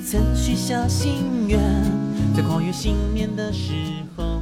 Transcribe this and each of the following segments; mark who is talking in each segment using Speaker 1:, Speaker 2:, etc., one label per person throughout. Speaker 1: 曾许下心愿，在跨越信念的时候。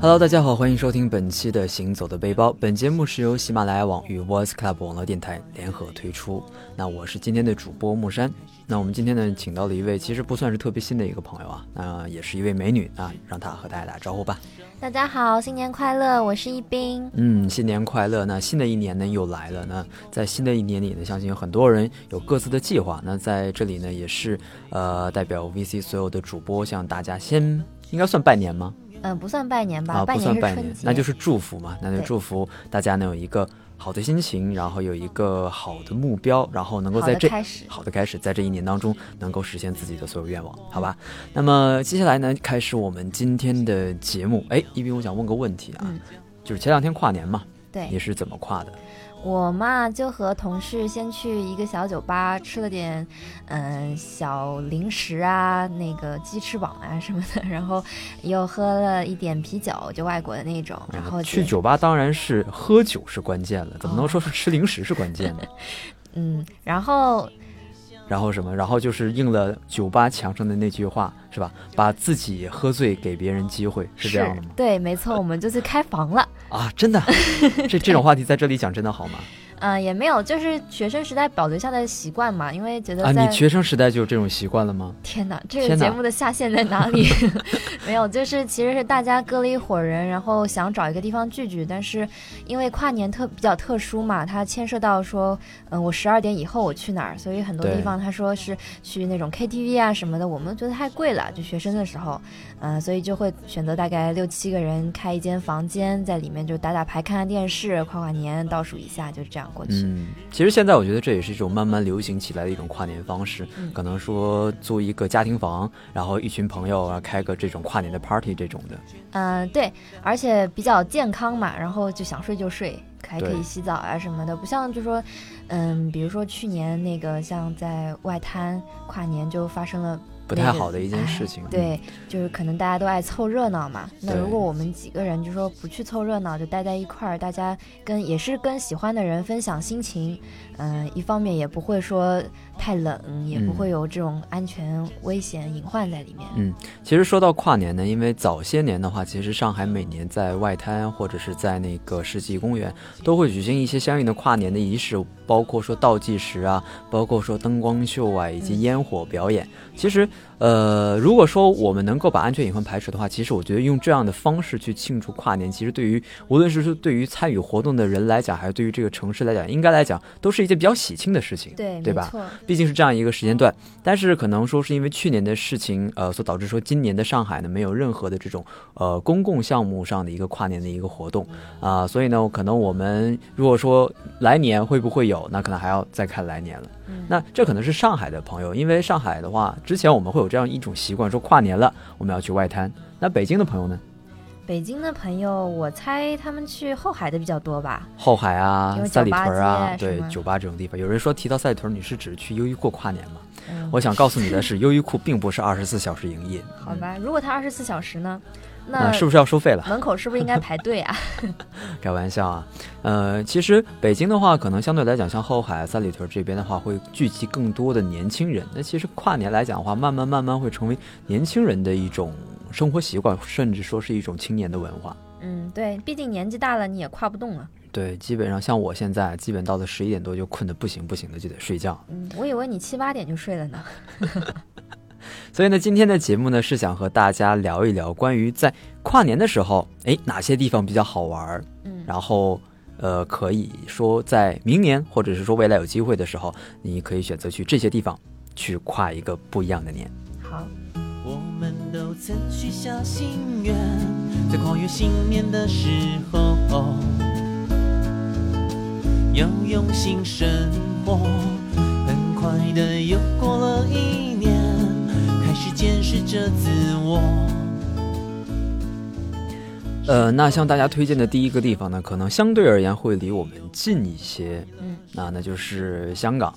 Speaker 2: Hello，大家好，欢迎收听本期的《行走的背包》。本节目是由喜马拉雅网与 Voice Club 网络电台联合推出。那我是今天的主播木山。那我们今天呢，请到了一位其实不算是特别新的一个朋友啊，那也是一位美女啊，让她和大家打招呼吧。
Speaker 3: 大家好，新年快乐！我是一冰。
Speaker 2: 嗯，新年快乐！那新的一年呢又来了呢，那在新的一年里呢，相信有很多人有各自的计划。那在这里呢，也是呃代表 VC 所有的主播向大家先应该算拜年吗？
Speaker 3: 嗯，不算拜年吧，
Speaker 2: 啊，不算拜
Speaker 3: 年是春节
Speaker 2: 那就是祝福嘛，那就
Speaker 3: 对
Speaker 2: 祝福大家能有一个好的心情，然后有一个好的目标，然后能够
Speaker 3: 好
Speaker 2: 在
Speaker 3: 的
Speaker 2: 这
Speaker 3: 开始
Speaker 2: 好的开始，在这一年当中能够实现自己的所有愿望，好吧？那么接下来呢，开始我们今天的节目。哎，一斌，我想问个问题啊，
Speaker 3: 嗯
Speaker 2: 就是前两天跨年嘛，你
Speaker 3: 对。
Speaker 2: 是怎么跨的？
Speaker 3: 我嘛就和同事先去一个小酒吧吃了点，嗯，小零食啊，那个鸡翅膀啊什么的，然后又喝了一点啤酒，就外国的那种，然后
Speaker 2: 啊去
Speaker 3: 就哦
Speaker 2: 酒吧当然是喝酒是关键了，怎么能说是吃零食是关键呢？
Speaker 3: 嗯，然后
Speaker 2: 然后什么？然后就是应了酒吧墙上的那句话，是吧？把自己喝醉给别人机会，是这样的吗？
Speaker 3: 对，没错，我们就去开房了。
Speaker 2: 啊，真的， 这这种话题在这里讲真的 好吗？
Speaker 3: 嗯，也没有，就是学生时代保留下的习惯嘛，因为觉得
Speaker 2: 啊，
Speaker 3: 在、
Speaker 2: 你学生时代就有这种习惯了吗？
Speaker 3: 天哪，这个
Speaker 2: 天哪
Speaker 3: 节目的下限在哪 里？ 没有，就是其实是大家搁了一伙人，然后想找一个地方聚聚，但是因为跨年特比较特殊嘛，它牵涉到说，嗯、我十二点以后我去哪儿，所以很多
Speaker 2: 对
Speaker 3: 地方他说是去那种 KTV 啊什么的，我们觉得太贵了，就学生的时候，嗯、所以就会选择大概六七个人开一间房间，在里面就打打牌、看看电视、跨跨年、倒数一下，就这样过去。
Speaker 2: 嗯，其实现在我觉得这也是一种慢慢流行起来的一种跨年方式，
Speaker 3: 嗯
Speaker 2: 可能说租一个家庭房，然后一群朋友啊开个这种跨年的 party 这种的。
Speaker 3: 嗯，对，而且比较健康嘛，然后就想睡就睡，还可
Speaker 2: 对
Speaker 3: 以洗澡啊什么的，不像就说，嗯，比如说去年那个像在外滩跨年就发生了
Speaker 2: 不
Speaker 3: 那
Speaker 2: 太
Speaker 3: 个
Speaker 2: 好的一件事情
Speaker 3: 哎对，就是可能大家都爱凑热闹嘛。那
Speaker 2: 嗯对
Speaker 3: 如果我们几个人就说不去凑热闹，就待在一块儿，大家跟也是跟喜欢的人分享心情，嗯、一方面也不会说太冷，也不
Speaker 2: 嗯
Speaker 3: 会有这种安全危险隐患在里面。
Speaker 2: 嗯其实说到跨年呢，因为早些年的话，其实上海每年在外滩或者是在那个世纪公园都会举行一些相应的跨年的仪式，包括说倒计时啊，包括说灯光秀啊，以及烟火表演。其实，呃，如果说我们能够把安全隐患排除的话，其实我觉得用这样的方式去庆祝跨年，其实对于无论是说对于参与活动的人来讲，还是对于这个城市来讲，应该来讲都是一件比较喜庆的事情，
Speaker 3: 对，
Speaker 2: 对
Speaker 3: 没
Speaker 2: 吧？
Speaker 3: 错。
Speaker 2: 毕竟是这样一个时间段，但是可能说是因为去年的事情，呃，所导致说今年的上海呢没有任何的这种呃公共项目上的一个跨年的一个活
Speaker 3: 嗯
Speaker 2: 动啊、所以呢，可能我们如果说来年会不会有，那可能还要再看来年了。
Speaker 3: 嗯
Speaker 2: 那这可能是上海的朋友，因为上海的话，之前我们会有这样一种习惯，说跨年了我们要去外滩。那北京的朋友呢，
Speaker 3: 北京的朋友，我猜他们去后海的比较多吧。
Speaker 2: 后海啊
Speaker 3: 有、
Speaker 2: 三里
Speaker 3: 酒吧
Speaker 2: 屯啊，
Speaker 3: 街啊
Speaker 2: 对
Speaker 3: 是吗
Speaker 2: 酒吧这种地方，有人说提到三里屯，你是指去优衣库跨年吗？
Speaker 3: 嗯，
Speaker 2: 我想告诉你的 是，优衣库并不是二十四小时营业。
Speaker 3: 好吧，如果他二十四小时呢，
Speaker 2: 啊，
Speaker 3: 那
Speaker 2: 是不是要收费了？
Speaker 3: 门口是不是应该排队 啊？
Speaker 2: 开玩笑啊，呃，其实北京的话，可能相对来讲，像后海、三里屯这边的话，会聚集更多的年轻人。那其实跨年来讲的话，慢慢慢慢会成为年轻人的一种生活习惯，甚至说是一种青年的文化。
Speaker 3: 嗯，对，毕竟年纪大了，你也跨不动啊了。
Speaker 2: 对，基本上像我现在，基本到了十一点多就困得不行不行的，就得睡觉。
Speaker 3: 嗯，我以为你七八点就睡了呢。
Speaker 2: 所以呢，今天的节目呢是想和大家聊一聊关于在跨年的时候，诶，哪些地方比较好玩儿，
Speaker 3: 嗯
Speaker 2: 然后呃，可以说在明年或者是说未来有机会的时候，你可以选择去这些地方去跨一个不一样的年。
Speaker 3: 好，
Speaker 1: 我们都曾许下心愿，在跨越信念的时候，要用心哦生活。很快的又过了一年，开始见识着自我。
Speaker 2: 呃，那向大家推荐的第一个地方呢，可能相对而言会离我们近一些，
Speaker 3: 嗯，
Speaker 2: 啊，那就是香港。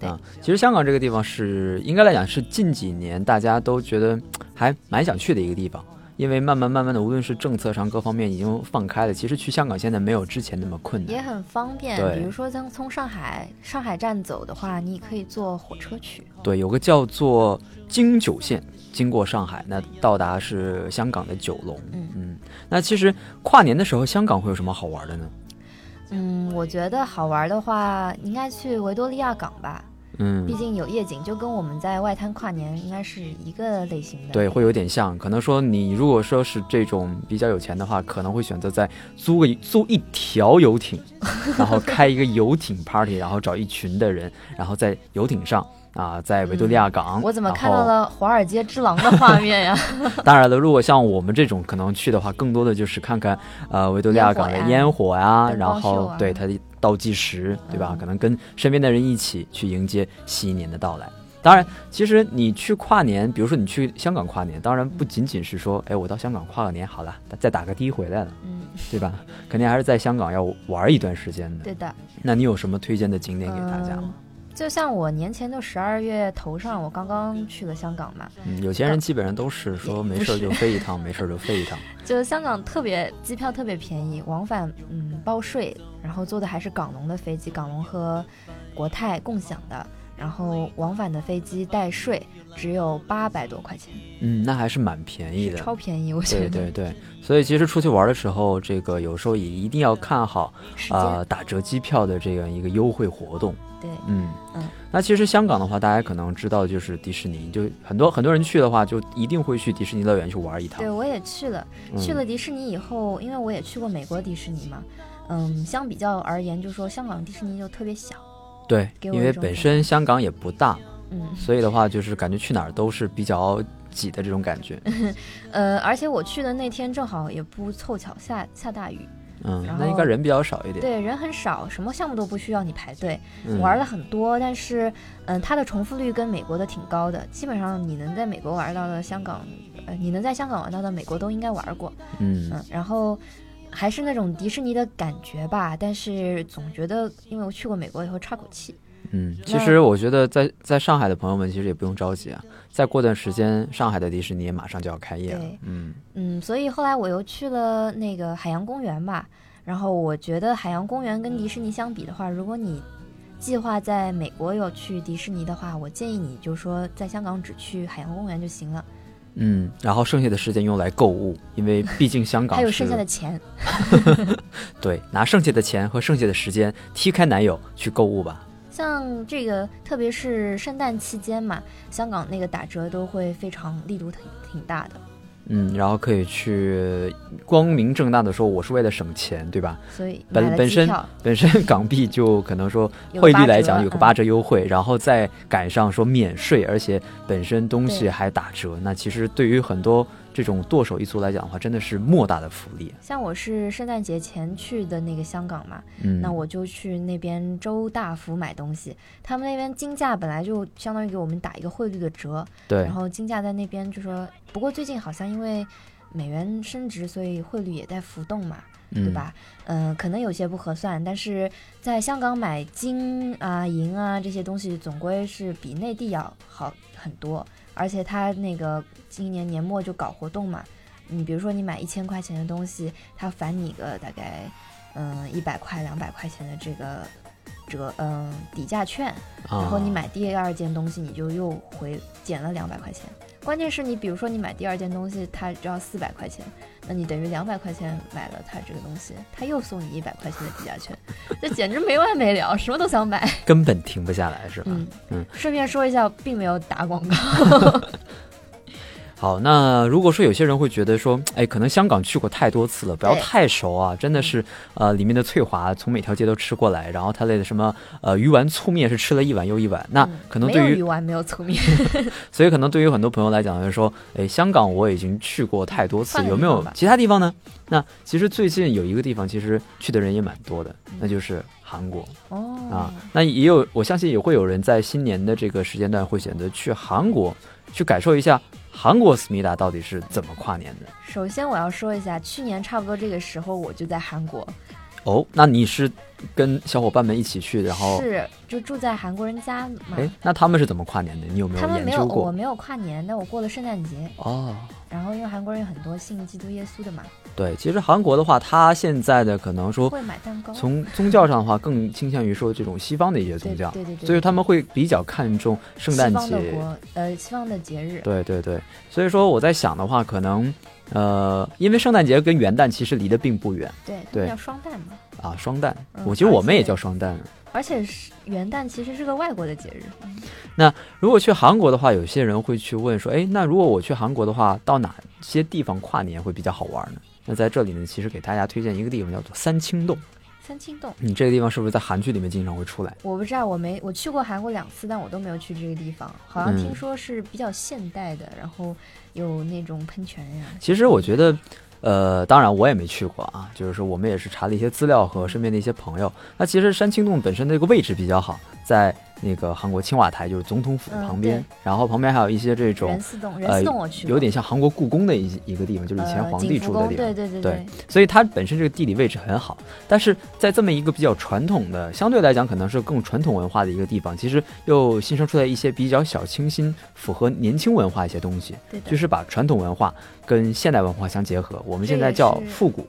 Speaker 3: 对
Speaker 2: 啊，其实香港这个地方是应该来讲是近几年大家都觉得还蛮想去的一个地方，因为慢慢慢慢的，无论是政策上各方面已经放开了，其实去香港现在没有之前那么困
Speaker 3: 也
Speaker 2: 难。
Speaker 3: 很方便。
Speaker 2: 对
Speaker 3: 比如说像从上海上海站走的话，你可以坐火车去。
Speaker 2: 对，有个叫做京九线，经过上海，那到达是香港的九龙。
Speaker 3: 嗯
Speaker 2: 嗯，那其实跨年的时候，香港会有什么好玩的呢？
Speaker 3: 嗯，我觉得好玩的话，应该去维多利亚港吧，
Speaker 2: 嗯
Speaker 3: 毕，竟有夜景，就跟我们在外滩跨年应该是一个类型的。
Speaker 2: 对，会有点像，可能说你如果说是这种比较有钱的话，可能会选择在租个租一条游艇，然后开一个游艇 party，然后找一群的人，然后在游艇上啊，在维多利亚港。
Speaker 3: 嗯我怎么
Speaker 2: 然
Speaker 3: 看到
Speaker 2: 后
Speaker 3: 了华尔街之狼的画 面呀？
Speaker 2: 当然了，如果像我们这种可能去的话，更多的就是看看呃维多利亚港的烟
Speaker 3: 烟
Speaker 2: 火呀，
Speaker 3: 灯
Speaker 2: 然
Speaker 3: 光秀
Speaker 2: 后
Speaker 3: 啊
Speaker 2: 对它的倒计时，对吧？
Speaker 3: 嗯
Speaker 2: 可能跟身边的人一起去迎接新一年的到来。当然，其实你去跨年，比如说你去香港跨年，当然
Speaker 3: 嗯
Speaker 2: 不仅仅是说，哎，我到香港跨个年好了，再打个的回来了，
Speaker 3: 嗯，
Speaker 2: 对吧？肯定还是在香港要玩一段时间的。
Speaker 3: 对的。嗯
Speaker 2: 那你有什么推荐的景嗯点给大家吗？
Speaker 3: 就像我年前就十二月头上，我刚刚去了香港嘛，
Speaker 2: 嗯，有些人基本上都是说没事儿就飞一趟，没事儿就飞一趟。
Speaker 3: 就是香港特别机票特别便宜，往返嗯包税，然后坐的还是港龙的飞机，港龙和国泰共享的，然后往返的飞机带税只有八百多块钱，
Speaker 2: 嗯，那还是蛮便宜的。
Speaker 3: 超便宜，我 觉
Speaker 2: 对
Speaker 3: 得。
Speaker 2: 对对，所以其实出去玩的时候，这个有时候也一定要看好
Speaker 3: 时间、
Speaker 2: 啊、呃打折机票的这样一个优惠活动。
Speaker 3: 对，
Speaker 2: 嗯
Speaker 3: 嗯
Speaker 2: 那其实香港的话，大家可能知道就是迪士尼，就很多很多人去的话，就一定会去迪士尼乐园去玩一趟
Speaker 3: 对。我也去了。
Speaker 2: 嗯、
Speaker 3: 去了迪士尼以后，因为我也去过美国迪士尼嘛，嗯，相比较而言，就说香港迪士尼就特别小，
Speaker 2: 对，
Speaker 3: 给我
Speaker 2: 因
Speaker 3: 一
Speaker 2: 为
Speaker 3: 种
Speaker 2: 本
Speaker 3: 感
Speaker 2: 身香港也不大，
Speaker 3: 嗯，
Speaker 2: 所以的话就是感觉去哪儿都是比较挤的这种感 觉。
Speaker 3: 呃，而且我去的那天正好也不凑巧下下大雨，
Speaker 2: 嗯
Speaker 3: 然，
Speaker 2: 那应该
Speaker 3: 后
Speaker 2: 人比较少一点。
Speaker 3: 对，人很少，什么项目都不需要你排队，
Speaker 2: 嗯、
Speaker 3: 玩了很多，但是嗯、它的重复率跟美国的挺高的，基本上你能在美国玩到的香港，呃，你能在香港玩到的美国都应该玩过，
Speaker 2: 嗯
Speaker 3: 嗯，然后。还是那种迪士尼的感觉吧，但是总觉得，因为我去过美国以后差口气，
Speaker 2: 嗯，其
Speaker 3: 那
Speaker 2: 实我觉得在在上海的朋友们其实也不用着急啊，再过段时间上海的迪士尼也马上就要开业了
Speaker 3: 对。
Speaker 2: 嗯。
Speaker 3: 嗯，所以后来我又去了那个海洋公园嘛，然后我觉得海洋公园跟迪士尼相比的话，如果你计划在美国有去迪士尼的话，我建议你就说在香港只去海洋公园就行了，
Speaker 2: 嗯，然后剩下的时间用来购物，因为毕竟 香港
Speaker 3: 还有
Speaker 2: 是
Speaker 3: 剩下的钱，
Speaker 2: 对，拿剩下的钱和剩下的时间踢开男友去购物吧。
Speaker 3: 像这个特别是圣诞期间嘛，香港那个打折都会非常力度挺挺大的，
Speaker 2: 嗯，然后可以去光明正大的说，我是为了省钱，对吧？
Speaker 3: 所以买
Speaker 2: 本
Speaker 3: 了
Speaker 2: 本
Speaker 3: 机
Speaker 2: 身
Speaker 3: 票
Speaker 2: 本身 港币就可能说
Speaker 3: 有
Speaker 2: 汇
Speaker 3: 八
Speaker 2: 率来
Speaker 3: 折
Speaker 2: 讲有个
Speaker 3: 嗯
Speaker 2: 八折优惠，然后再赶上说免税，而且本身东西
Speaker 3: 对
Speaker 2: 还打折，那其实对于很多这种剁手一族来讲的话，真的是莫大的福利。
Speaker 3: 像我是圣诞节前去的那个香港嘛，
Speaker 2: 嗯，
Speaker 3: 那我就去那边周大福买东西，他们那边金价本来就相当于给我们打一个汇率的折，
Speaker 2: 对
Speaker 3: 然，后金价在那边就说，不过最近好像因为美元升值，所以汇率也在浮动嘛，对
Speaker 2: 嗯？
Speaker 3: 吧？嗯、可能有些不合算，但是在香港买金啊、银啊这些东西，总归是比内地要好很多，而且他那个今年年末就搞活动嘛，你比如说你买一千块钱的东西，他返你个大概嗯一百块、两百块钱的这个折嗯、抵价券，然后你
Speaker 2: 啊
Speaker 3: 买第二件东西，你就又回减了两百块钱。关键是你比如说你买第二件东西，它只要四百块钱，那你等于两百块钱买了它这个东西，它又送你一百块钱的抵价券，这简直没完没了，什么都想买。
Speaker 2: 根本停不下来，是吧？
Speaker 3: 嗯
Speaker 2: 嗯，
Speaker 3: 顺便说一下，并没有打广告。
Speaker 2: 好，那如果说有些人会觉得说，哎，可能香港去过太多次了，不要
Speaker 3: 对嗯
Speaker 2: 太熟啊，真的是，呃，里面的翠华从每条街都吃过来，然后它的什么呃鱼丸粗面是吃了一碗又一碗，那
Speaker 3: 嗯
Speaker 2: 可能
Speaker 3: 没有
Speaker 2: 对
Speaker 3: 鱼
Speaker 2: 于，
Speaker 3: 丸，没有粗面，
Speaker 2: 所以可能对于很多朋友来讲，就是说，哎，香港我已经去过太多次，
Speaker 3: 换个
Speaker 2: 有没
Speaker 3: 地
Speaker 2: 有
Speaker 3: 方吧
Speaker 2: 其他地方呢？那其实最近有一个地方，其实去的人也蛮多的，那就是韩国。
Speaker 3: 哦
Speaker 2: 啊，那也有，我相信也会有人在新年的这个时间段会选择去韩国，去感受一下韩国思密达到底是怎么跨年的。
Speaker 3: 首先我要说一下，去年差不多这个时候我就在韩国，
Speaker 2: 哦，那你是跟小伙伴们一起去，然后
Speaker 3: 是就住在韩国人家嘛。
Speaker 2: 哎，那他们是怎么跨年的？你有没
Speaker 3: 他
Speaker 2: 有
Speaker 3: 们
Speaker 2: 研
Speaker 3: 没有，
Speaker 2: 究
Speaker 3: 我
Speaker 2: 过？
Speaker 3: 没有跨年，但我过了圣诞节。
Speaker 2: 哦，
Speaker 3: 然后因为韩国人有很多信基督耶稣的嘛，
Speaker 2: 对，其实韩国的话，它现在的可能说
Speaker 3: 会买蛋糕。
Speaker 2: 哦从宗教上的话，更倾向于说这种西方的一些宗
Speaker 3: 对
Speaker 2: 教，
Speaker 3: 对对对，
Speaker 2: 所以他们会比较看重圣诞
Speaker 3: 西方的
Speaker 2: 节。
Speaker 3: 国呃西方的节日，
Speaker 2: 对对对，所以说我在想的话，可能呃，因为圣诞节跟元旦其实离得并不远
Speaker 3: 对他
Speaker 2: 对
Speaker 3: 们叫双旦嘛。
Speaker 2: 啊，双旦，
Speaker 3: 嗯
Speaker 2: 我觉得我们
Speaker 3: 而
Speaker 2: 也
Speaker 3: 且
Speaker 2: 叫双旦。
Speaker 3: 而且是元旦其实是个外国的节日，
Speaker 2: 如果去韩国的话，有些人会去问说，哎，那如果我去韩国的话，到哪些地方跨年会比较好玩呢？那在这里呢，其实给大家推荐一个地方叫做三清洞。
Speaker 3: 三清洞。
Speaker 2: 你这个地方是不是在韩剧里面经常会出来？
Speaker 3: 我不知道，我没我去过韩国两次，但我都没有去这个地方。好像
Speaker 2: 嗯
Speaker 3: 听说是比较现代的，然后有那种喷泉呀、
Speaker 2: 其实我觉得，呃，当然我也没去过啊，就是说我们也是查了一些资料和身边的一些朋友。那其实山清洞本身这个位置比较好，在那个韩国青瓦台，就是总统府
Speaker 3: 嗯
Speaker 2: 旁边，
Speaker 3: 对
Speaker 2: 然后旁边还有一些这种呃
Speaker 3: 仁寺洞，仁寺洞我去过，
Speaker 2: 有点像韩国故宫的一一个地方，就是以前
Speaker 3: 呃
Speaker 2: 皇帝
Speaker 3: 景福
Speaker 2: 住的
Speaker 3: 宫
Speaker 2: 地方。
Speaker 3: 对对对
Speaker 2: 对所以它本身这个地理位置很好，但是在这么一个比较传统的，相对来讲可能是更传统文化的一个地方，其实又新生出来一些比较小清新、符合年轻文化一些东西，
Speaker 3: 对的。
Speaker 2: 就是把传统文化跟现代文化相结合。我们现在
Speaker 3: 这也
Speaker 2: 叫
Speaker 3: 是
Speaker 2: 复古，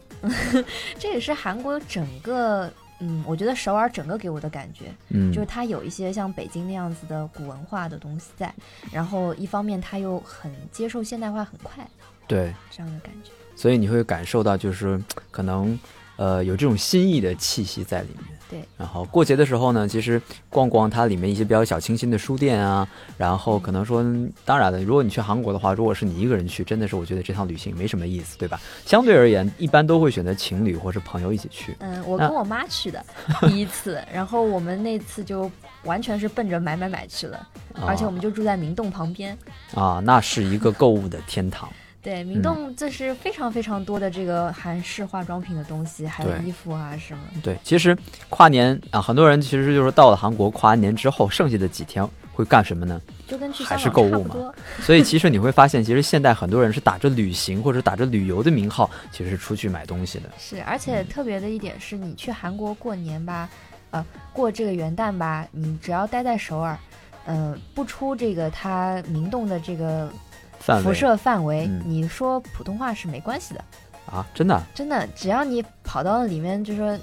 Speaker 3: 这也是韩国整个，嗯，我觉得首尔整个给我的感觉，
Speaker 2: 嗯
Speaker 3: 就是它有一些像北京那样子的古文化的东西在，然后一方面它又很接受现代化很快
Speaker 2: 对，
Speaker 3: 这样的感觉。
Speaker 2: 所以你会感受到就是可能呃有这种新意的气息在里面。
Speaker 3: 对，
Speaker 2: 然后过节的时候呢，其实逛逛它里面一些比较小清新的书店啊，然后可能说，当然了，如果你去韩国的话，如果是你一个人去，真的是我觉得这趟旅行没什么意思，对吧？相对而言，一般都会选择情侣或是朋友一起去。
Speaker 3: 嗯，我
Speaker 2: 那
Speaker 3: 跟我妈去 的第一次，然后我们那次就完全是奔着买买买去了，
Speaker 2: 啊
Speaker 3: 而且我们就住在明洞旁边。
Speaker 2: 啊，那是一个购物的天堂。
Speaker 3: 对，
Speaker 2: 嗯
Speaker 3: 明洞就是非常非常多的这个韩式化妆品的东西，还有
Speaker 2: 对
Speaker 3: 衣服啊什么。
Speaker 2: 对，其实跨年啊，很多人其实就是到了韩国跨完年之后，剩下的几天会干什么呢？
Speaker 3: 就跟去
Speaker 2: 还
Speaker 3: 香
Speaker 2: 是
Speaker 3: 港
Speaker 2: 购物
Speaker 3: 差不
Speaker 2: 嘛
Speaker 3: 多，
Speaker 2: 所以其实你会发现，其实现在很多人是打着旅行或者打着旅游的名号，其实是出去买东西的。
Speaker 3: 是，而且
Speaker 2: 嗯
Speaker 3: 特别的一点是，你去韩国过年吧，呃，过这个元旦吧，你只要待在首尔，呃，不出这个它明洞的这个
Speaker 2: 范
Speaker 3: 辐
Speaker 2: 围
Speaker 3: 射范围，
Speaker 2: 嗯
Speaker 3: 你说普通话是没关系的。
Speaker 2: 啊，真的啊
Speaker 3: 真的，只要你跑到里面，就说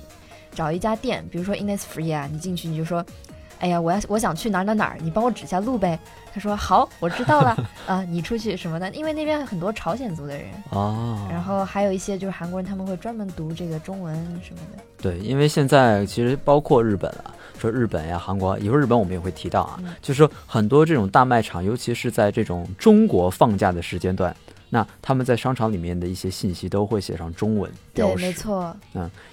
Speaker 3: 找一家店，比如说 Innisfree 啊，你进去你就说，哎呀，我要我想去哪儿哪儿哪儿，你帮我指一下路呗。他说好，我知道了 啊、你出去什么的，因为那边很多朝鲜族的人，
Speaker 2: 哦
Speaker 3: 然后还有一些就是韩国人，他们会专门读这个中文什么的。
Speaker 2: 对，因为现在其实包括日本啊，说日本呀、韩国，以后日本我们也会提到啊，
Speaker 3: 嗯
Speaker 2: 就是说很多这种大卖场，尤其是在这种中国放假的时间段，那他们在商场里面的一些信息都会写上中文
Speaker 3: 对
Speaker 2: 标，
Speaker 3: 没
Speaker 2: 识，
Speaker 3: 错，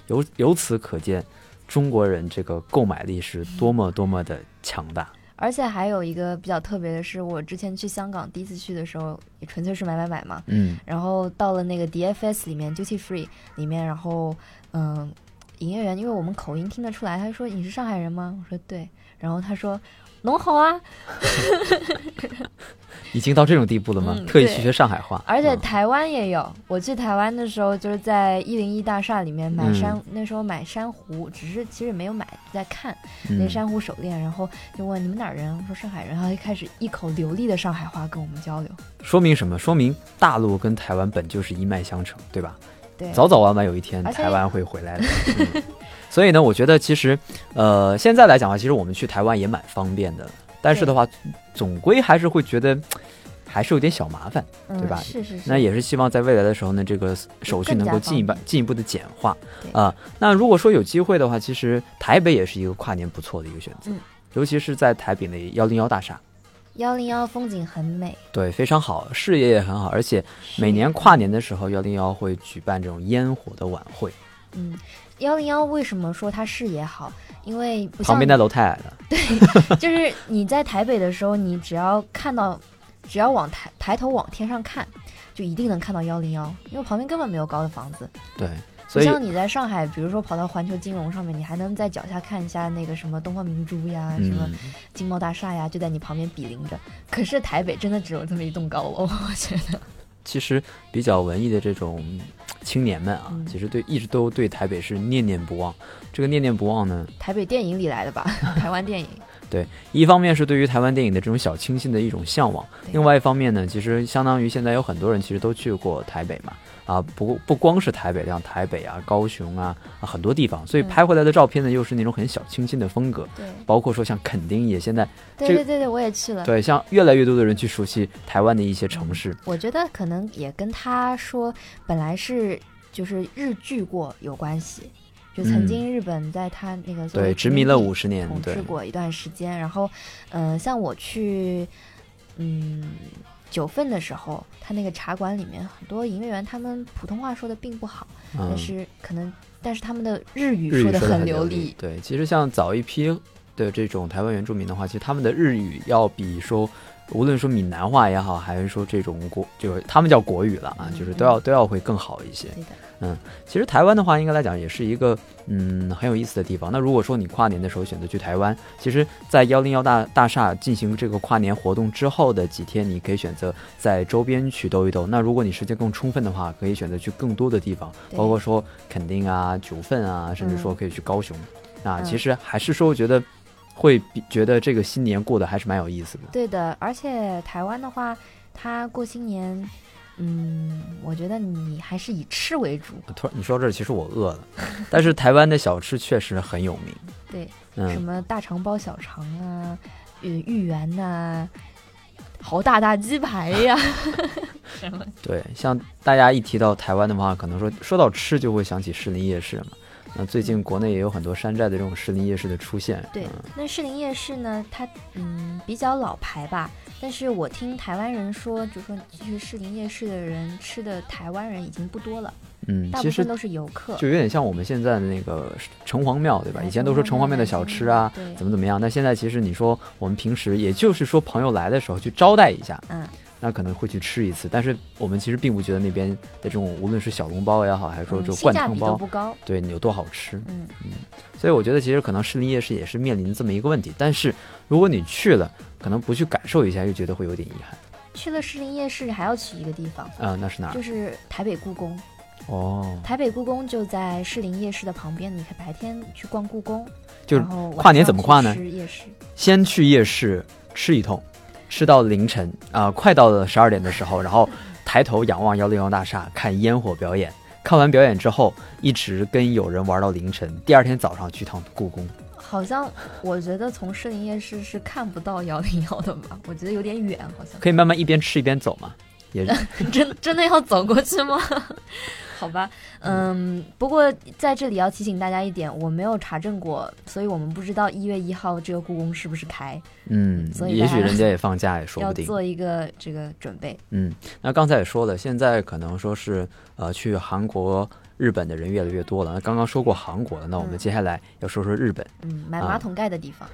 Speaker 2: 由由此可见，中国人这个购买力是
Speaker 3: 嗯
Speaker 2: 多么多么的强大。
Speaker 3: 而且还有一个比较特别的是，我之前去香港第一次去的时候，也纯粹是买买买嘛，
Speaker 2: 嗯，
Speaker 3: 然后到了那个 DFS 里面 Duty Free 里面，然后嗯，营业员因为我们口音听得出来，他说你是上海人吗？我说对，然后他说侬好啊，
Speaker 2: 已经到这种地步了吗？
Speaker 3: 嗯
Speaker 2: 特意去
Speaker 3: 对
Speaker 2: 学上海话，
Speaker 3: 而且
Speaker 2: 嗯
Speaker 3: 台湾也有。我去台湾的时候，就是在一零一大厦里面
Speaker 2: 嗯
Speaker 3: 买珊，那时候买珊瑚，只是其实没有买，在看那
Speaker 2: 嗯
Speaker 3: 珊瑚手链，然后就问你们哪儿人，我说上海人，然后他就开始一口流利的上海话跟我们交流。
Speaker 2: 嗯说明什么？说明大陆跟台湾本就是一脉相承，对吧？
Speaker 3: 对，
Speaker 2: 早早晚晚有一天
Speaker 3: 而且
Speaker 2: 台湾会回来 的。嗯所以呢，我觉得其实，呃，现在来讲的话，其实我们去台湾也蛮方便的，但是的话，总归还是会觉得。还是有点小麻烦，
Speaker 3: 对
Speaker 2: 对吧
Speaker 3: 嗯是是是，
Speaker 2: 那也是希望在未来的时候呢，这个手续能够
Speaker 3: 更加
Speaker 2: 进一步
Speaker 3: 方便
Speaker 2: 进一步的简化
Speaker 3: 对
Speaker 2: 啊、那如果说有机会的话，其实台北也是一个跨年不错的一个选择，
Speaker 3: 嗯
Speaker 2: 尤其是在台北的幺零幺大厦，
Speaker 3: 幺零幺风景很美，
Speaker 2: 对，非常好，视野也很好，而且每
Speaker 3: 是
Speaker 2: 年跨年的时候，幺零幺会举办这种烟火的晚会，
Speaker 3: 嗯，幺零幺为什么说它视野好？因为不
Speaker 2: 旁
Speaker 3: 像
Speaker 2: 边那楼太矮了。
Speaker 3: 就是你在台北的时候，你只要看到，只要往抬抬头往天上看，就一定能看到幺零幺，因为旁边根本没有高的房子。
Speaker 2: 对，
Speaker 3: 不
Speaker 2: 所以
Speaker 3: 像你在上海，比如说跑到环球金融上面，你还能在脚下看一下那个什么东方明珠呀，什么
Speaker 2: 嗯，
Speaker 3: 金茂大厦呀，就在你旁边比邻着。可是台北真的只有这么一栋高楼，我觉得。
Speaker 2: 其实比较文艺的这种青年们啊
Speaker 3: 嗯，
Speaker 2: 其实对一直都对台北是念念不忘。这个念念不忘呢，
Speaker 3: 台北电影里来的吧， 台湾电影。
Speaker 2: 一方面是对于台湾电影的这种小清新的一种向往，
Speaker 3: 对
Speaker 2: 另外一方面呢，其实相当于现在有很多人其实都去过台北嘛，啊，不过不光是台北，像台北啊、高雄啊啊很多地方，所以
Speaker 3: 嗯
Speaker 2: 拍回来的照片呢，又是那种很小清新的风格，
Speaker 3: 对，
Speaker 2: 包括说像垦丁也现在这
Speaker 3: 对对
Speaker 2: 个
Speaker 3: 对对，嗯我也去了。
Speaker 2: 对，像越来越多的人去熟悉台湾的一些城市，
Speaker 3: 我觉得可能也跟他说本来是就是日剧过有关系，就曾经日本在他那个作为
Speaker 2: 嗯对，
Speaker 3: 殖
Speaker 2: 殖
Speaker 3: 民
Speaker 2: 民
Speaker 3: 地
Speaker 2: 了五十年，
Speaker 3: 统
Speaker 2: 对
Speaker 3: 治，过一段时间。然后，嗯、像我去，嗯，九份的时候，他那个茶馆里面很多营业员他们普通话说的并不好，
Speaker 2: 嗯
Speaker 3: 但，是可能但是他们的日语
Speaker 2: 日语得
Speaker 3: 的很
Speaker 2: 流
Speaker 3: 利。
Speaker 2: 对，其实像早一批的这种台湾原住民的话，其实他们的日语要比说，无论说闽南话也好，还是说这种国，就是他们叫国语了啊，
Speaker 3: 嗯
Speaker 2: 就是都要都要会更好一些。
Speaker 3: 对的，
Speaker 2: 其实台湾的话，应该来讲也是一个嗯很有意思的地方。那如果说你跨年的时候选择去台湾，其实，在幺零幺大大厦进行这个跨年活动之后的几天，你可以选择在周边去兜一兜。那如果你时间更充分的话，可以选择去更多的地方，
Speaker 3: 对
Speaker 2: 包括说垦丁啊、九份啊，甚至说
Speaker 3: 嗯
Speaker 2: 可以去高雄。啊，
Speaker 3: 嗯
Speaker 2: 其实还是说，我觉得会比觉得这个新年过得还是蛮有意思的。
Speaker 3: 对的。而且台湾的话，他过新年，嗯，我觉得你还是以吃为主。
Speaker 2: 突然你说到这儿，其实我饿了，但是台湾的小吃确实很有名。
Speaker 3: 对，
Speaker 2: 嗯
Speaker 3: 什，么大肠包小肠啊，呃芋圆呐、豪大大鸡排呀、 什么
Speaker 2: 对，像大家一提到台湾的话，可能说说到吃就会想起士林夜市嘛。那最近国内也有很多山寨的这种士林夜市的出现。
Speaker 3: 对
Speaker 2: 嗯，
Speaker 3: 那士林夜市呢，它嗯比较老牌吧，但是我听台湾人说，就说去士林夜市的人吃的台湾人已经不多了，
Speaker 2: 嗯，
Speaker 3: 大
Speaker 2: 其
Speaker 3: 部
Speaker 2: 实
Speaker 3: 分都是游客。
Speaker 2: 就有点像我们现在的那个城隍庙，对吧？
Speaker 3: 哎
Speaker 2: 以前都说城隍庙的小吃啊，
Speaker 3: 对
Speaker 2: 怎么怎么样。那现在其实你说我们平时，也就是说朋友来的时候去招待一下，
Speaker 3: 嗯，
Speaker 2: 那可能会去吃一次。但是我们其实并不觉得那边的这种无论是小笼包也好，还是说
Speaker 3: 嗯
Speaker 2: 这
Speaker 3: 性
Speaker 2: 灌
Speaker 3: 价
Speaker 2: 汤
Speaker 3: 比都
Speaker 2: 包，
Speaker 3: 不高，
Speaker 2: 对你有多好吃。
Speaker 3: 嗯，
Speaker 2: 所以我觉得其实可能士林夜市也是面临这么一个问题，但是如果你去了，可能不去感受一下，又觉得会有点遗憾
Speaker 3: 去了士林夜市还要去一个地方，
Speaker 2: 啊、那是哪儿
Speaker 3: 就？是台北故宫。
Speaker 2: 哦，
Speaker 3: 台北故宫就在士林夜市的旁边，你可以白天去逛故宫，
Speaker 2: 就是
Speaker 3: 然后晚
Speaker 2: 跨年
Speaker 3: 上
Speaker 2: 怎么
Speaker 3: 去
Speaker 2: 跨呢
Speaker 3: 吃夜市，
Speaker 2: 先去夜市吃一通，吃到凌晨啊、快到了十二点的时候，然后抬头仰望幺零幺大厦看烟火表演。看完表演之后，一直跟友人玩到凌晨。第二天早上去趟故宫，
Speaker 3: 好像我觉得从士林夜市是看不到幺零幺的吧？我觉得有点远，好 像
Speaker 2: 可以慢慢一边吃一边走嘛，也
Speaker 3: 真真的要走过去吗？ 好吧，嗯，不过在这里要提醒大家一点，我没有查证过，所以我们不知道一月一号这个故宫是不是开，
Speaker 2: 嗯
Speaker 3: 所，以
Speaker 2: 也
Speaker 3: 大
Speaker 2: 许
Speaker 3: 家
Speaker 2: 人家也放假也说
Speaker 3: 要
Speaker 2: 不 定。
Speaker 3: 做一个这个准备。
Speaker 2: 嗯，那刚才也说了，现在可能说是呃去韩国、日本的人越来越多了。那刚刚说过韩国了，那我们
Speaker 3: 嗯
Speaker 2: 接下来要说说日本。
Speaker 3: 嗯，买
Speaker 2: 啊
Speaker 3: 马桶盖的地方，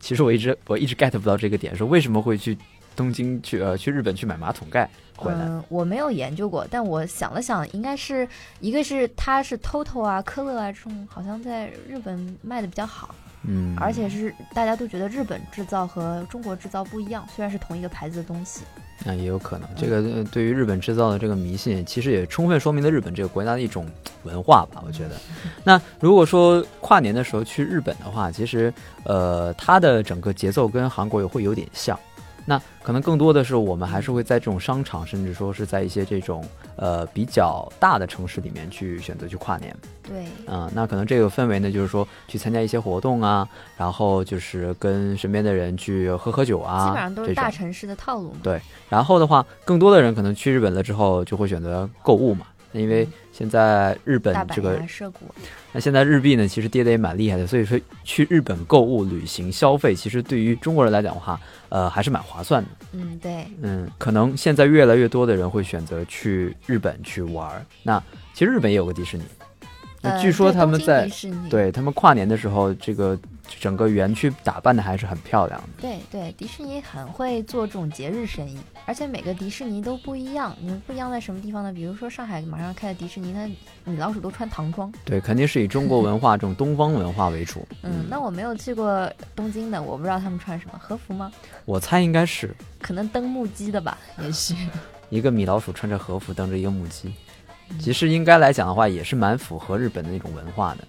Speaker 2: 其实我一直我一直 get 不到这个点，说为什么会去东京去呃去日本去买马桶盖回来？
Speaker 3: 嗯，我没有研究过，但我想了想，应该是一个是它是 TOTO 啊、科乐啊这种，好像在日本卖的比较好，
Speaker 2: 嗯，
Speaker 3: 而且是大家都觉得日本制造和中国制造不一样，虽然是同一个牌子的东西。
Speaker 2: 那、也有可能，这个呃对于日本制造的这个迷信，其实也充分说明了日本这个国家的一种文化吧，我觉得。那如果说跨年的时候去日本的话，其实呃，它的整个节奏跟韩国也会有点像。那可能更多的是我们还是会在这种商场，甚至说是在一些这种呃比较大的城市里面去选择去跨年。
Speaker 3: 对，
Speaker 2: 嗯、那可能这个氛围呢，就是说去参加一些活动啊，然后就是跟身边的人去喝喝酒啊，
Speaker 3: 基本上都
Speaker 2: 这
Speaker 3: 是
Speaker 2: 种
Speaker 3: 大城市的套路嘛。
Speaker 2: 对然后的话，更多的人可能去日本了之后就会选择购物嘛，那因为现在日本
Speaker 3: 嗯大
Speaker 2: 这
Speaker 3: 阪
Speaker 2: 个
Speaker 3: 呀、涉谷，
Speaker 2: 那现在日币呢，其实跌得也蛮厉害的，所以说去日本购物、旅行、消费，其实对于中国人来讲的话，呃，还是蛮划算的。
Speaker 3: 嗯，对，
Speaker 2: 嗯，可能现在越来越多的人会选择去日本去玩儿。那其实日本也有个迪士尼，那
Speaker 3: 呃
Speaker 2: 据说
Speaker 3: 对
Speaker 2: 他们
Speaker 3: 东京
Speaker 2: 在
Speaker 3: 迪士尼，
Speaker 2: 对他们跨年的时候，这个整个园区打扮的还是很漂亮的。
Speaker 3: 对对，迪士尼很会做这种节日生意，而且每个迪士尼都不一样。你们不一样在什么地方呢？比如说上海马上开的迪士尼，它米老鼠都穿唐装。
Speaker 2: 对，肯定是以中国文化这种东方文化为主。
Speaker 3: 嗯，那我没有去过东京的，我不知道他们穿什么和服吗？
Speaker 2: 我猜应该是
Speaker 3: 可能登木屐的吧，也许。
Speaker 2: 一个米老鼠穿着和服蹬着一个母鸡。其实应该来讲的话，也是蛮符合日本的那种文化的。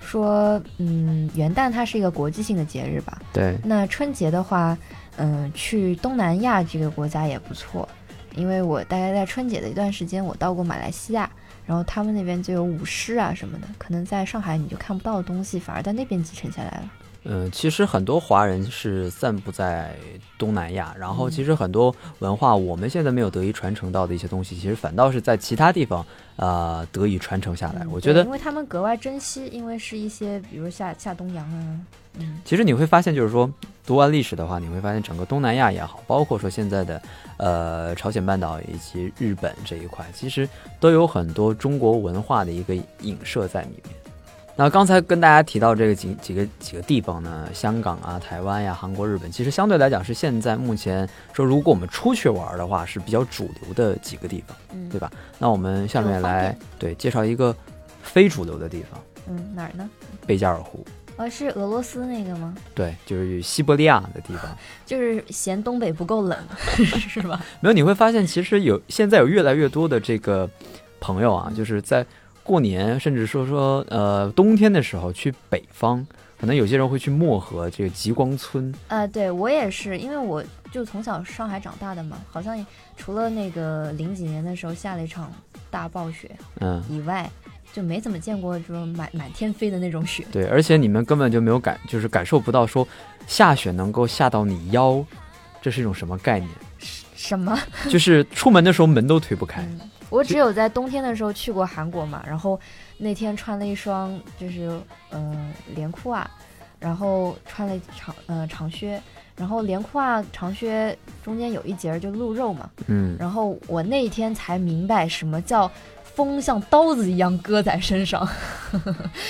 Speaker 3: 说，嗯，元旦它是一个国际性的节日吧？
Speaker 2: 对，
Speaker 3: 那春节的话，嗯、去东南亚这个国家也不错，因为我大概在春节的一段时间，我到过马来西亚，然后他们那边就有舞狮啊什么的，可能在上海你就看不到的东西，反而在那边继承下来了。
Speaker 2: 嗯，其实很多华人是散布在东南亚，然后其实很多文化我们现在没有得以传承到的一些东西，其实反倒是在其他地方呃得以传承下来。
Speaker 3: 嗯
Speaker 2: 我觉
Speaker 3: 对
Speaker 2: 得
Speaker 3: 因为他们格外珍惜，因为是一些比如下下东洋啊，嗯，
Speaker 2: 其实你会发现，就是说，读完历史的话，你会发现整个东南亚也好，包括说现在的，呃，朝鲜半岛以及日本这一块，其实都有很多中国文化的一个影射在里面。那刚才跟大家提到这个几几个几个地方呢，香港啊、台湾呀、韩国、日本，其实相对来讲是现在目前说，如果我们出去玩的话，是比较主流的几个地方，
Speaker 3: 嗯
Speaker 2: 对吧？那我们下面
Speaker 3: 比较方
Speaker 2: 来
Speaker 3: 便
Speaker 2: 对介绍一个非主流的地方
Speaker 3: 嗯，哪儿呢？
Speaker 2: ——贝加尔湖，
Speaker 3: 呃、是俄罗斯那个吗？
Speaker 2: 对，就是西伯利亚的地方。
Speaker 3: 就是嫌东北不够冷， 是吧？
Speaker 2: 没有，你会发现其实有现在有越来越多的这个朋友
Speaker 3: 嗯
Speaker 2: 啊，就是在过年，甚至说说呃冬天的时候去北方，可能有些人会去漠河这个极光村，
Speaker 3: 呃，对我也是，因为我就从小上海长大的嘛，好像除了那个零几年的时候下了一场大暴雪
Speaker 2: 嗯，
Speaker 3: 以外，就没怎么见过这种满满天飞的那种雪。
Speaker 2: 对，而且你们根本就没有感，就是感受不到说下雪能够下到你腰，这是一种什么 概念？
Speaker 3: 什么？
Speaker 2: 就是出门的时候门都推不开，
Speaker 3: 嗯 我只有在冬天的时候去过韩国嘛，然后那天穿了一双就是嗯、呃连裤袜、然后穿了长呃长靴，然后连裤袜、长靴中间有一节儿就露肉嘛，
Speaker 2: 嗯，
Speaker 3: 然后我那一天才明白什么叫风像刀子一样割在身上。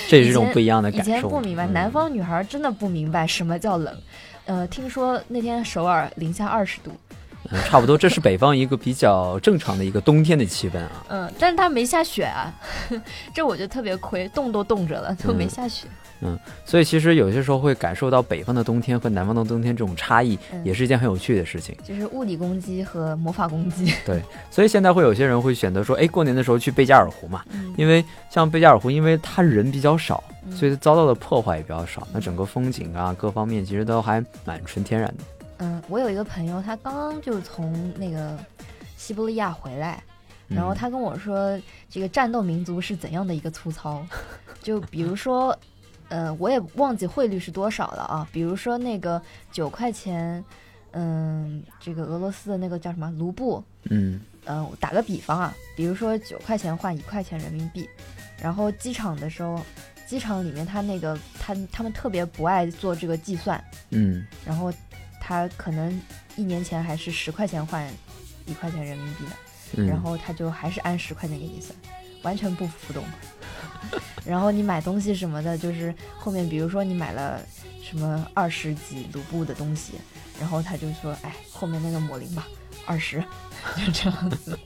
Speaker 2: 这也是一
Speaker 3: 以
Speaker 2: 种
Speaker 3: 前
Speaker 2: 不一样的
Speaker 3: 以
Speaker 2: 感受。
Speaker 3: 前不明白，
Speaker 2: 嗯
Speaker 3: 南方女孩真的不明白什么叫冷。呃，听说那天首尔零下二十度，
Speaker 2: 嗯差不多，这是北方一个比较正常的一个冬天的气氛啊。
Speaker 3: 嗯，但是她没下雪啊， 这我就特别亏，冻都冻着了，就没
Speaker 2: 嗯
Speaker 3: 下雪。
Speaker 2: 所以其实有些时候会感受到北方的冬天和南方的冬天这种差异，
Speaker 3: 嗯
Speaker 2: 也是一件很有趣的事情。
Speaker 3: 就是物理攻击和魔法攻击。
Speaker 2: 所以现在会有些人会选择说，哎，过年的时候去贝加尔湖嘛，
Speaker 3: 嗯
Speaker 2: 因为像贝加尔湖，因为它人比较少，
Speaker 3: 嗯
Speaker 2: 所以遭到的破坏也比较少，那整个风景啊各方面其实都还蛮纯天然的。
Speaker 3: 嗯，我有一个朋友，他刚刚就从那个西伯利亚回来，
Speaker 2: 嗯
Speaker 3: 然后他跟我说，这个战斗民族是怎样的一个粗糙？就比如说，呃，我也忘记汇率是多少了啊。比如说那个九块钱，嗯、这个俄罗斯的那个叫什么卢布，
Speaker 2: 嗯，
Speaker 3: 嗯、我打个比方啊，比如说九块钱换一块钱人民币，然后机场的时候，机场里面他那个他他们特别不爱做这个计算，
Speaker 2: 嗯，
Speaker 3: 然后他可能一年前还是十块钱换一块钱人民币呢。
Speaker 2: 嗯
Speaker 3: 然后他就还是按十块钱给你算，完全不浮动。 然后你买东西什么的，就是后面比如说你买了什么二十几卢布的东西，然后他就说，哎，后面那个抹零吧，二十，就这样子。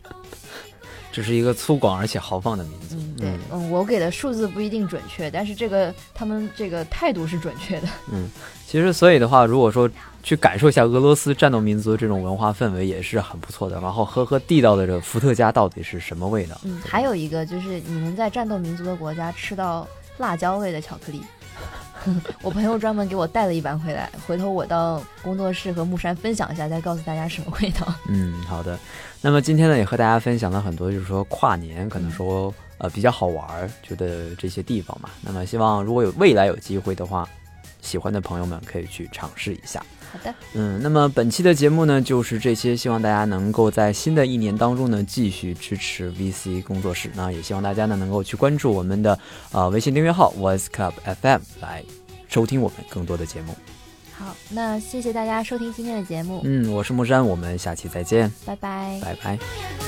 Speaker 2: 这是一个粗犷而且豪放的民族。
Speaker 3: 嗯，对
Speaker 2: 嗯，
Speaker 3: 嗯，我给的数字不一定准确，但是这个他们这个态度是准确的。
Speaker 2: 其实，所以的话，如果说去感受一下俄罗斯战斗民族这种文化氛围，也是很不错的。然后喝喝地道的这个伏特加到底是什么味道？
Speaker 3: 嗯，还有一个就是你能在战斗民族的国家吃到辣椒味的巧克力。 我朋友专门给我带了一盘回来，回头我到工作室和木山分享一下，再告诉大家什么味道。
Speaker 2: 嗯，好的。那么今天呢，也和大家分享了很多，就是说跨年可能说呃比较好玩儿，觉得这些地方嘛。那么希望如果有未来有机会的话，喜欢的朋友们可以去尝试一下。
Speaker 3: 好的，
Speaker 2: 嗯，那么本期的节目呢就是这些，希望大家能够在新的一年当中呢继续支持 VC 工作室。那也希望大家呢能够去关注我们的呃微信订阅号 Voice Club FM 来收听我们更多的节目。
Speaker 3: 好，那谢谢大家收听今天的节目，
Speaker 2: 嗯嗯，我是木山，我们下期再见，
Speaker 3: 拜拜。
Speaker 2: 拜拜。
Speaker 4: 「やがて」